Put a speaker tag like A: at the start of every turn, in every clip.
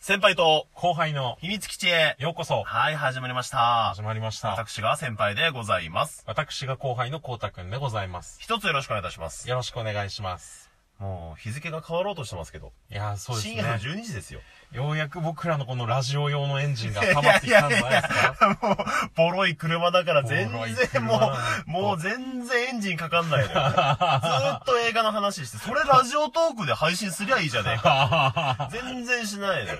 A: 先輩と
B: 後輩の
A: 秘密基地へ。
B: ようこそ
A: はい、始まりました
B: 始。まりました。
A: 私が先輩でございます。
B: 私が後輩のこうたくんでございます。
A: 一つよろしくお願いいたします。
B: よろしくお願いします。
A: もう日付が変わろうとしてますけど。
B: いやー、そうです
A: 深夜の
B: ね。
A: 12時ですよ。
B: ようやく僕らのこのラジオ用のエンジンが溜まってきたんじゃないですか
A: もう、ボロい車だから全
B: ボロい
A: 然
B: 車
A: もう、もう全然エンジンかかんないのよ。ずーっと映画の話して、それラジオトークで配信すりゃいいじゃねえか。 全然しないのよ。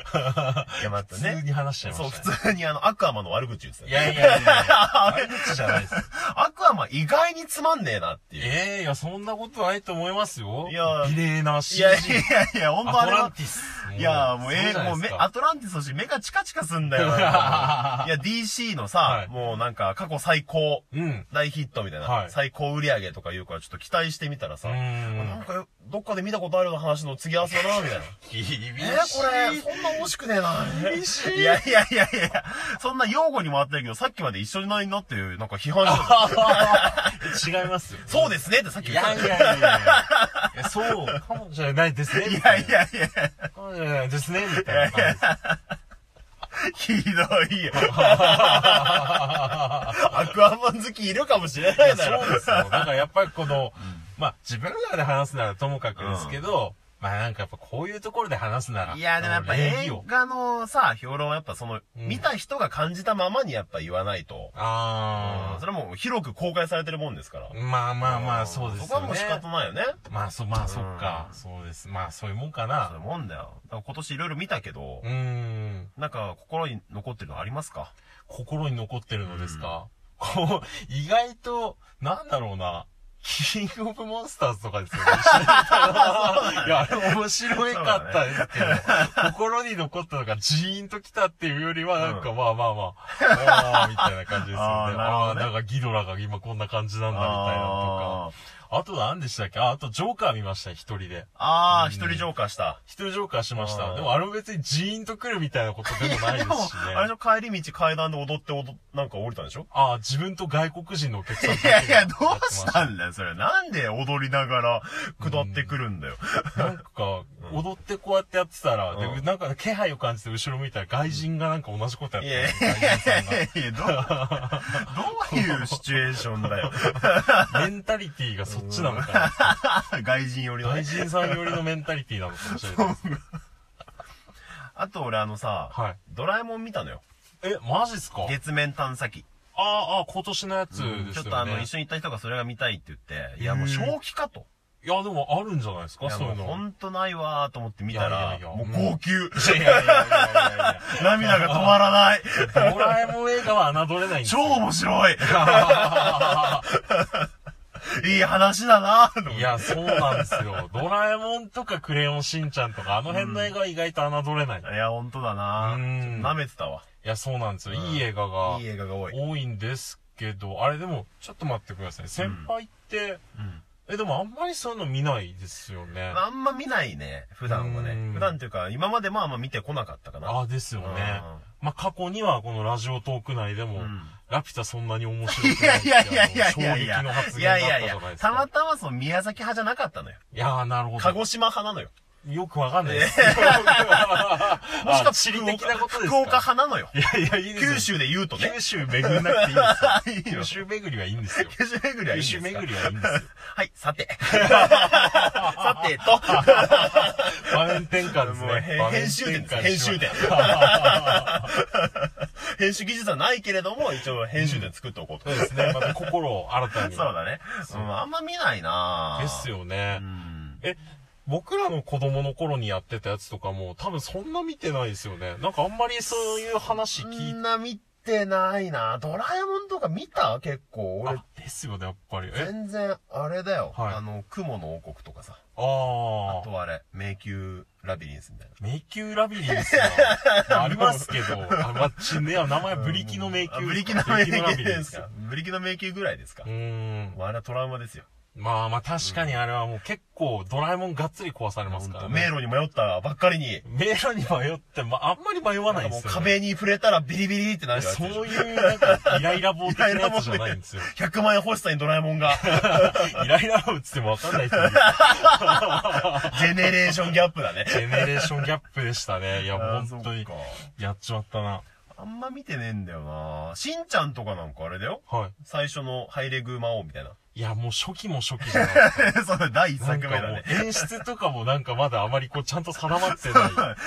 A: いや、また
B: 普通
A: ね。
B: に話しちゃいま
A: そう、
B: した、ね。
A: 普通にあの、アクアマの悪口言ってた
B: い
A: ね。
B: やいやいやいや、
A: あれ
B: 悪口じゃないです。
A: アクアマ意外につまんねえなっていう。
B: ええいや、そんなことないと思いますよ。
A: いや
B: 美麗な CG。
A: いやいやいや、ほんと
B: ア
A: あ
B: ト
A: れ
B: ラン
A: は。
B: ティス。
A: いや、もう
B: そ
A: え
B: じゃ
A: も
B: な
A: う
B: いで
A: 目、
B: すか
A: アトランティスだし目がチカチカすんだ よ。いや、DC のさ、
B: はい
A: もうなんか過去最高
B: うん。
A: 大ヒットみたいな、
B: はい
A: 最高売り上げとかいうからちょっと期待してみたらさ、
B: うーん
A: なんかよどっかで見たことある話の次合わせだな、み たいな。
B: 厳しい。
A: え
B: え
A: ー、これ、そんな惜しくねえな。
B: 厳しい
A: いやいやいやいや、そんな擁護にもあってるけど、さっきまで一緒にないなっていう、なんか批判 してた。
B: 違いますよ。
A: そうですねってさっき
B: い
A: 言った
B: やい
A: の
B: やいやいや。いやそうかもしれないですね。
A: い
B: みた
A: や
B: い
A: いやいや、
B: な。かもしれないですね。みたいな感じです。
A: ひど いよ。アクアマン好きいるかもしれないだろ。
B: そうですよ。だからやっぱりこの、まあ自分らで話すならともかくですけど、まあなんかやっぱこういうところで話すなら。
A: いや、でもやっぱ
B: その礼
A: 映
B: 儀を
A: 画のさ、評論はやっぱその、
B: うん
A: 見た人が感じたままにやっぱ言わないと。
B: あ
A: それはもう広く公開されてるもんですから。
B: あ。まあまあまあ、そうですよね。
A: そこはもう仕方ないよね。
B: まあそ、まあそっか。そうです。まあそういうもんか
A: そういう
B: な。
A: もんだよ。だから今年いろいろ見たけど
B: う、ーん。
A: なんか心に残ってるのありますか
B: 心に残ってるのですか、こう、意外と、なんだろうな。キングオブモンスターズとかですよね。一緒に見たらいや、あれ面白かったですけど、心に残ったのがジーンと来たっていうよりは、なんか、まあまあまあ、あーみたいな感じですよね。
A: あーなるほど
B: ああー、
A: ね
B: なんかギドラが今こんな感じなんだみたいなのとか。あと何でしたっけあ、あとジョーカー見ました、一人で。
A: あーあー、一人浄化した。
B: 一人ジョーカーしまし
A: あー
B: た。でもあれも別にジーンと来るみたいなことでもないですしね。
A: あれの帰り道階段で踊って踊っ、なんか降りたんでしょ
B: ああ、自分と外国人のお客さん
A: いやいや、どうしたんだよ、それ。なんで踊りながら下ってくるんだよ。
B: なんか、踊ってこうやってやってたら、で
A: う
B: なんか気配を感じて後ろ向いたら外人がなんか同じことやっ
A: い
B: て
A: やいや
B: る
A: い。やいや、どう、どういうシチュエーションだよ。
B: メンタリティがそっちなのかな。
A: 外人よりの
B: 外
A: ね。
B: 人さんよりのメンタリティなのかもしれないです。
A: あと俺あのさ、
B: はい。
A: ドラえもん見たのよ。
B: え、マジっすか
A: 月面探査機。
B: ああ、ああ、今年のやつですよね。
A: ちょっとあの、一緒に行った人がそれが見たいって言って、いや
B: うん
A: もう正気かと。
B: いや、でもあるんじゃないです
A: い
B: か
A: や
B: そ
A: も
B: ういううの。
A: ほんとないわーと思って見たら、
B: いやいやいや
A: もう号泣。
B: いやいやいやいやいや
A: 涙が止まらない。
B: ドラえもん映画は侮れないんです
A: 超
B: よ。
A: 面白 い。いい話だなーと思って
B: いや、そうなんですよ。ドラえもんとかクレヨンしんちゃんとか、あの辺の映画は意外と侮れない。
A: いや、ほんとだな
B: う
A: ぁ。ちょ
B: ん
A: っと舐めてたわ。
B: いや、そうなんですよ。いい映画が
A: いい映画が多い。
B: 多いんですけど、あれでも、ちょっと待ってください。先輩って、え、でもあんまりそういうの見ないですよね。
A: あんま見ないね、普段は
B: う
A: ね。
B: ん
A: 普段というか、今までもあんま見てこなかったかな。
B: ああ、ですよね。まあ、過去にはこのラジオトーク内でも、
A: ん
B: ラピュタそんなに面白く
A: い
B: な
A: や
B: いっ
A: い
B: て
A: やいやいや
B: あの
A: いやいや
B: 衝撃の発
A: い
B: 言だ
A: やいや
B: った
A: い
B: じ
A: や
B: ゃないで、す
A: たま
B: か。
A: たまその宮崎派じゃなかったのよ。
B: いやー、なるほ
A: 鹿
B: ど。
A: 児島派なのよ。
B: よくわかんないで す。
A: も
B: も
A: しくは
B: 地
A: 福
B: 理的なことですか
A: 福岡派なのよ。
B: いやいや、いいですよ
A: 九州で言うとね
B: 九。州巡んなくていい
A: い
B: ですよ。
A: いよ
B: 九州巡りはいいんですよ。
A: 九州巡りはいい
B: 九
A: んです
B: 州
A: か
B: 巡りはいいんですよ。
A: はい、さ て。さてと。
B: 場面転換です
A: もう
B: ね。
A: へ
B: 場面
A: 編集点です。
B: 転換
A: 編
B: しま
A: 集点。編集技術はないけれども、一応編集点作っておこうと。
B: そうですね。また心を新た に。
A: そうだね。うん、あんま見ないなぁ
B: ですよね
A: う。ん。
B: え、僕らの子供の頃にやってたやつとかも、多分そんな見てないですよね。なんかあんまりそういう話
A: み
B: 聞い
A: んな見てないなぁドラえもんとか見た結構。俺
B: あ、、ですよね、やっぱり。え、
A: 全然、あれだよ。
B: はい
A: あの、雲の王国とかさ。あ
B: ああ。
A: とあれ、迷宮ラビリンスみたいな。
B: 迷宮ラビリンス が、まあ、ありますけど、あ、まあ、ちね、名前ブリキの迷
A: あ
B: 宮。
A: ブリキの迷
B: ブリキの
A: 宮
B: ラビリン
A: で
B: ですす
A: か
B: か。
A: ブリキの迷宮ぐらいですか
B: う。ーん。
A: もうあれはトラウマですよ。
B: まあまあ確かにあれはもう結構ドラえもんがっつり壊されますからね。
A: 迷路に迷ったばっかりに、
B: 迷路に迷って、まああんまり迷わないんで
A: もう
B: すよ、ね。
A: 壁に触れたらビリビリってなるやつ
B: そ
A: でしょ
B: ういう、なんか、イライラ棒的なやつじゃないんで すよ。
A: 100万円欲しさにドラえもんが、
B: イライラ棒っつってもわかんないですよ。
A: ジェネレーションギャップだね。
B: ジェネレーションギャップでしたね。い や、
A: あー
B: 本当に
A: そっか、
B: やっちまったな。
A: あんま見てねえんだよなしんちゃんとかなんかあれだよ
B: は
A: 最初のハイレグ魔王みたいな。
B: い。いや、もう初期も初期じゃない。
A: そうだ、第1
B: なん
A: 作
B: か
A: 目
B: も
A: だ
B: う
A: ね。
B: 演出とかもなんかまだあまりこうちゃんと定まってな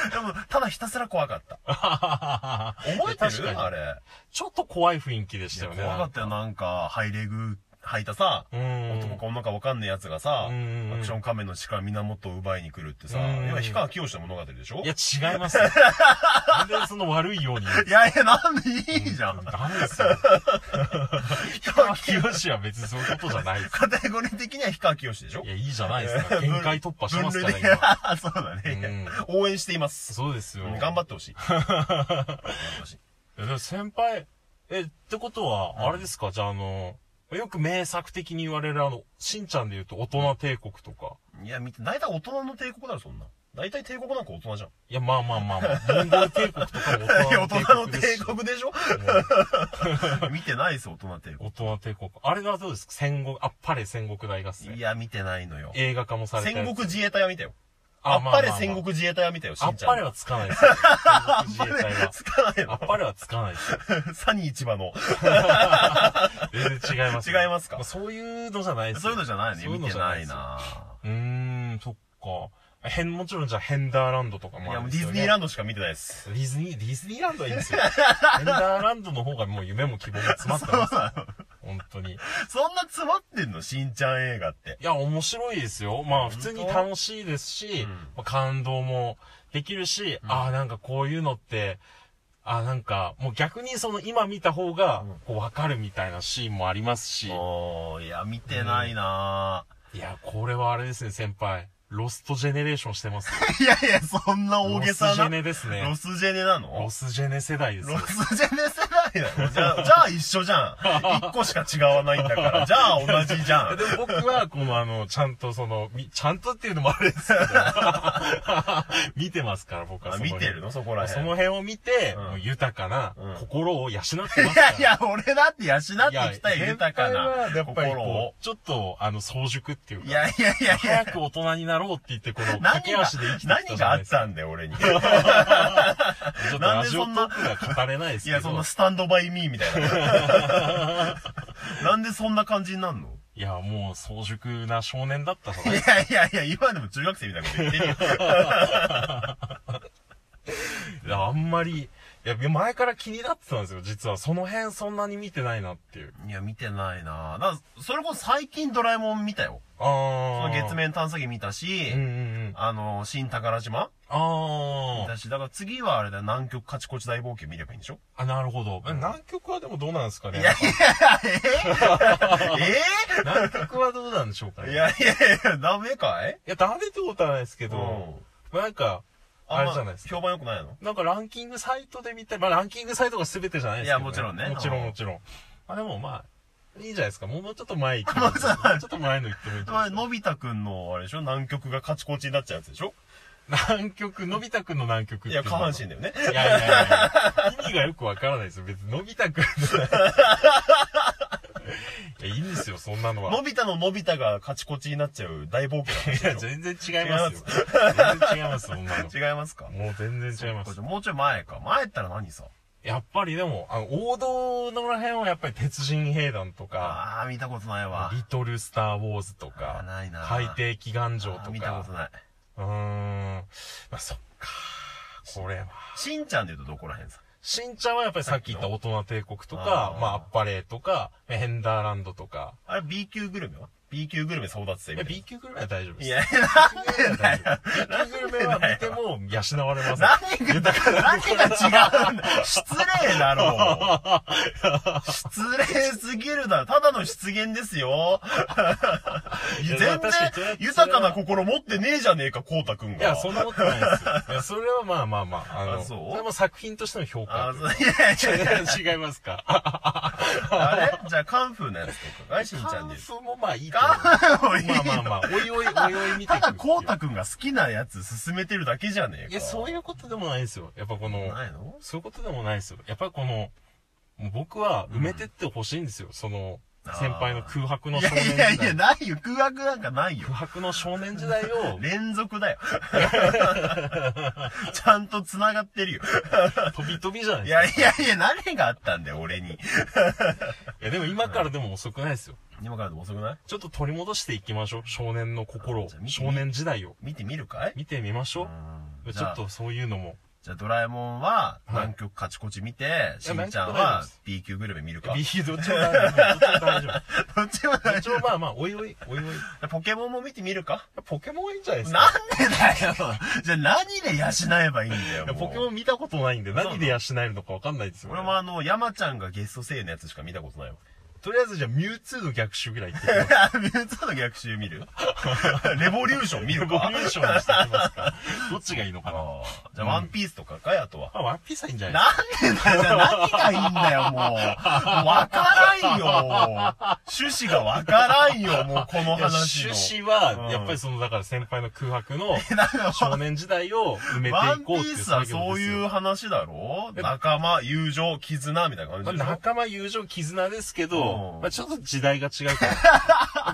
B: い。
A: でも、ただひたすら怖かった。覚えて
B: 確かに
A: るあれ。
B: ちょっと怖い雰囲気でし
A: い
B: た
A: や
B: よね。
A: 怖かったよ、なんか、ハイレグ履いたさ、
B: うん。
A: 男か女かわかんねえやつがさ、ア
B: うんうんうん
A: クション仮面の力源を奪いに来るってさ、
B: うんうん
A: 今、氷川きよしの物語でしょ
B: いや、違いますよ。なんでその悪いように言う
A: いやいや、 なんでいいじゃん。
B: ダメですよ。氷川きよしは別にそういうことじゃないです。
A: カテゴリー的には氷川きよしでしょ
B: いや、いいじゃないですか。限界突破しますから、
A: 分類で
B: 今。
A: そうだね、応援しています。
B: そうですよ。
A: 頑張ってほ しい。頑張ってほしい
B: えでも先輩、え、ってことは、あれですか、じゃああの、よく名作的に言われるあの、しんちゃんで言うと大人帝国とか。
A: いや、見て、大体大人の帝国だろ、そんな。大体帝国なんか大人じゃん。
B: いや、まあまあまあまあ、モンゴル帝国とかも
A: いや、大
B: 大人
A: 人
B: の
A: の
B: 帝国で
A: 帝
B: すし。
A: 国 でしょ見てないですよ、大人帝
B: 大人帝国。あれがどうですか戦国、あっぱれ戦国大合
A: 国。い
B: 戦。
A: や、見てないのよ。
B: 映画化もされて
A: 戦国自衛隊は見たよ。
B: あ
A: あ
B: まあ
A: っ
B: まあまあ
A: ぱれ戦国自衛隊は見たよ、し
B: あ
A: ん
B: っ
A: ちゃん。
B: ぱれはつかないですよ。戦国自衛隊は。
A: つかない
B: あっ
A: の。
B: ぱれはつかないですよ。
A: サニー千葉の。
B: 全 然違います、
A: 違いますか
B: あそういうのじゃないです
A: そういうのじゃないね。
B: そうい
A: 見
B: うの
A: て
B: じゃ
A: な
B: ない
A: い
B: ですよ
A: な
B: うーん、そっか。変、もちろんじゃあヘンダーランドとか
A: い
B: も
A: や、
B: ある
A: も
B: ん
A: う
B: で
A: ディ
B: す
A: ズ
B: よ、ね。
A: ニーランドしか見てないです。
B: ディズニー、ディズニーランドはいいんですよ。 ヘンダーランドの方がもう夢も希望も詰まってます。本当に。い
A: そんな詰まってんのしんちゃん映画って。
B: や、面白いですよ。まあ、普通に楽しいですし、
A: うん
B: まあ感動もできるし、ああ、なんかこういうのって、ああ、なんか、もう逆にその今見た方が、こうわかるみたいなシーンもありますし、
A: おー、いや、見てないない
B: や、これはあれですね、先輩。ロストジェネレーションしてます。
A: いやいや、そんな大
B: ロ
A: げ
B: ス
A: さ
B: ジェ
A: な。
B: ネですね
A: ロ。スジェネな
B: ロ
A: の
B: スジェネ世代です
A: ロ
B: よ。
A: スジェネ世代なのじゃあ、じゃあ一緒じゃん。一個しか違わないんだから。じゃあ同じじゃ ん
B: で。も僕は、このあの、ちゃんとその、みちゃんとっていうのもあれですけど、 見てますから僕は
A: あ
B: その
A: 見
B: 辺
A: てるのそこら
B: そ
A: 辺。
B: の辺を見て、
A: うん
B: もう豊かな
A: うん
B: 心を養ってます
A: い
B: から。
A: やいや、俺だって養っていきたい豊か
B: 先輩は
A: な
B: やっぱり
A: 心
B: こ
A: を。
B: う、ちょっと、あの、早熟っていう
A: い
B: か、
A: やいやいやいや
B: 早。く大人になろうって言って、この、
A: 何
B: 駆け
A: が
B: 足で生きてきたじ
A: 何
B: ゃ
A: が
B: な
A: あ
B: いで
A: っ
B: すか。
A: たんだよ、 俺に。
B: ちょっと
A: なん
B: ラ
A: で
B: ジ
A: そ
B: オト
A: ん
B: ー
A: な
B: クが語れないです
A: い
B: けど。
A: や、そんなスタンドバイミーみたいな。なん でそんな感じになんの
B: いや、もう、早熟な少年だったじゃ
A: い
B: ない
A: やいやいや、今でも中学生みたいなこと言ってるよ。
B: い やあんまり、いや、前から気になってたんですよ、実は。その辺そんなに見てないなっていう。
A: いや、見てないなぁ。だからそれこそ最近ドラえもん見たよ。そ
B: あ
A: の
B: ー。
A: 月。面探査機見たし、
B: うんうんうん。
A: あの、新宝島見
B: あー。
A: たし、だから次はあれだ、南極カチコチ大冒険見ればいいんでし ょ
B: あ、なるほど。え南極はでもどうなんですかね
A: え
B: 南極はどうなんでしょうか
A: ぇ、
B: ね。
A: い
B: いや、
A: やいやいや、ダメかい
B: ダメってことはないですけ
A: う
B: ど、なんか、あれじゃないですか。
A: 評判良くないの
B: なんかランキングサイトで見たまあランキングサイトが全てじゃないですけど、
A: いやもちろんね
B: もちろ
A: うん
B: んもちろん。まあでもまあ、いいんじゃないですか。もうもうちょっと前行っ て
A: も
B: も
A: う
B: いい
A: ちょっと
B: もうちょっと前の行ってもいいと思います
A: のび太くんの、あれでしょ南極がカチコチになっちゃうやつでしょ
B: 南極、のび太くんの南極って
A: いうや、
B: の
A: 下
B: は
A: 半身だよね。
B: いやいやいやいや意味がよくわからないですよ。別に、のび太くんの。いや、いいんですよ、そんなのは。
A: のび太ののび太がカチコチになっちゃう大冒険
B: い
A: の
B: や、
A: 話でし
B: 全然違いますよ。全 然違います、そんなの。
A: ょ違いますか
B: もう全然違いま
A: これ
B: す
A: じゃ。もうちょい前か。前ったら何さ
B: やっぱりでも、あの、王道のら辺はやっぱり鉄人兵団とか、
A: あー、見たことないわ。
B: リトルスター・ウォーズと
A: あ
B: か
A: ーないな、
B: 海底祈願城
A: あー
B: と
A: 見たこと
B: か、
A: ない。
B: うーん、まあそっか、これは。
A: しんちゃんで言うとどこら辺さ
B: しんちゃんはやっぱりさっき言った大人帝国とか
A: あ、ー
B: まあ、アッパレーとか、ヘンダーランドとか。
A: あれ B 級グルメは ?B 級グルメ争奪戦
B: い
A: み
B: や、
A: たい
B: B 級グルメは大丈夫で
A: な。
B: す。
A: いや、
B: B 級グルメは大丈夫 B 級グルメは見ても養われます。
A: 何が、何が違うんだ失礼だろう。失礼すぎるだろ。ただの失言ですよ。
B: いや
A: 全
B: ま
A: 然
B: あ確かに
A: 豊かな心持ってねえじゃねえか、こうたくんが。
B: いや、そんなことないですよ。いや、それはまあまあまあ。あの、
A: あそう
B: れも作品としての評
A: あ
B: 価。
A: そういやいやいや
B: 違いますか
A: あれじゃあ、カンフーのやつとか。あいしんちゃんに
B: 感
A: 言う。
B: 想もまあいいと思う。
A: カンフーいい
B: まあ
A: の
B: まあまあ、おいおい、おいおい見てい
A: ただ、
B: く。
A: こうたくんが好きなやつ勧めてるだけじゃねえか。
B: いや、そう
A: い
B: いうことでもないですよ。やっぱこの、
A: ないの
B: そういうことでもないですよ。やっぱりこの、もう僕は埋めてってほしいんですよ。その、先輩の空白の
A: い
B: 少
A: や
B: 年
A: い
B: 時
A: や
B: 代。
A: いや、ないよ。空白なんかないよ
B: 空。白の少年時代 を
A: 連続だよ。ちゃんと繋がってるよ。
B: 飛び飛びじゃない
A: い
B: ですか。
A: やいやいや、何があったんだよ、俺に。
B: いや、でも今からでも遅くないですよ。
A: 今からでも遅くない
B: ちょっと取り戻していきましょう。少年の心を
A: じゃあ。見て
B: 少年時代を。
A: 見てみるかい
B: 見てみましょ
A: う
B: う。
A: ん
B: ちょっとそういうのも。
A: じゃあドラえもんは
B: はい
A: 南極カチコチ見て、しんちゃん
B: 南極大丈夫
A: は
B: です
A: B 級グルメ見るか
B: ビ。ードちょうだい。大丈 夫。
A: どっちも大
B: 一
A: 丈
B: 応まあまあ、おいおい、おいおい。
A: 夫。ポケモンも見てみるか
B: ポケモンはいいんじゃないです
A: なん
B: か。
A: でだよ。じゃあ何で養えばいいんだよ。
B: いやポケ
A: ン
B: モン見たことないんで、何で養えるのかわかんないですよ。
A: 俺もあの、山ちゃんがゲスト声優のやつしか見たことない わ。
B: とりあえずじゃあ、ミュウツーの逆襲ぐらい行ってみます。
A: ミューツーの逆襲見 るレボリューション見
B: レボ
A: る
B: リュ
A: か
B: ーションにしてみますか。どっちがいいのかな。
A: あーじゃあワンピースとかかいあとは。
B: あ、ワンピースはいいんじゃない
A: なんでだよ、じゃあ何がいいんだよ、もう。わからんよ。趣旨がわからんよ、もうこの
B: ですか
A: 話の。
B: 趣旨は
A: うん、
B: やっぱりその、だから先輩の空白の
A: だから
B: 少年時代を埋めて
A: ワ
B: い
A: ンピ
B: こう
A: ー
B: っていう
A: スは
B: 作業
A: そう
B: です
A: いう
B: よ。
A: 話だろ仲間、友情、絆みたいな感
B: ま
A: じ
B: あ
A: でしょ
B: 仲間、友情、絆ですけ
A: う
B: ど
A: ん、
B: まあちょっと時代が違うから。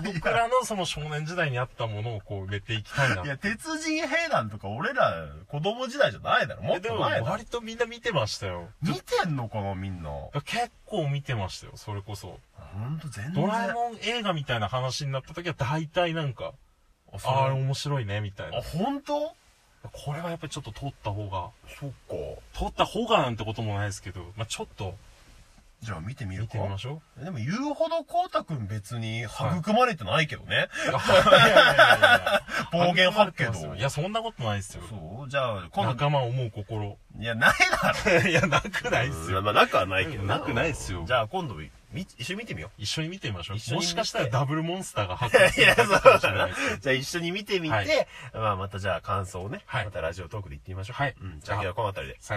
B: 僕らのその少年時代にあったものをこう埋めていきたいな。
A: いや、鉄人兵団とか俺ら子供時代じゃないだろも
B: え
A: っ
B: で
A: と
B: も、
A: 前だろ
B: 割とみんな見てましたよ。
A: 見てんのかな、みんな。
B: 結構見てましたよ、それこそ。
A: ほんと全然。
B: ドラえもん映画みたいな話になった時は大体なんか、
A: あ、そう
B: ああ、面白いね、みたいな
A: あ、。ほんと
B: これはやっぱりちょっと撮った方が、
A: そっか。
B: 撮った方がなんてこともないですけど、まあちょっと
A: じゃあ見てみる
B: 見
A: か
B: てみましょう。
A: でも言うほどこうたくん別に育まれてないけどね。
B: いやいやいやいや
A: 暴言吐くけど。
B: いや、そんなことないですよ。
A: そうじゃあ、今度、
B: 仲間を思う心。
A: いや、ないだ
B: いや、なくないっ
A: ろ。
B: すよ。
A: まあ、なくはない
B: けどなくないっすよ
A: じゃあ、今度、み一緒に見てみよ
B: 一緒に見てみましょ
A: 一緒に
B: う。も
A: 見て
B: しかしたらダブルモンスターが発
A: う。
B: 見するかもしれないですけど。
A: じゃあ、一緒に見てみて、
B: はい
A: まあ、またじゃあ、感想をね、
B: はい
A: またラジオトークで言ってみましょう。
B: はい
A: うん、じゃあ、今日はこの辺りで。
B: さよ